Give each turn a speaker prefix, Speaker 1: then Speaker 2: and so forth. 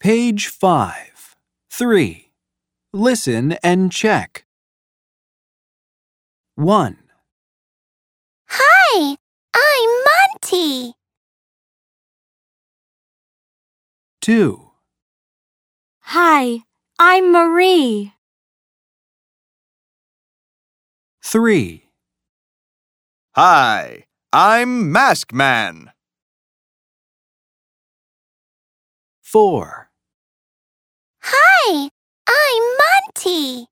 Speaker 1: Page 5. 3. Listen and check. 1,
Speaker 2: Hi, I'm Monty.
Speaker 1: 2,
Speaker 2: Hi, I'm Marie.
Speaker 1: 3,
Speaker 3: Hi, I'm Mask Man.
Speaker 1: 4,
Speaker 2: Hi, I'm Monty.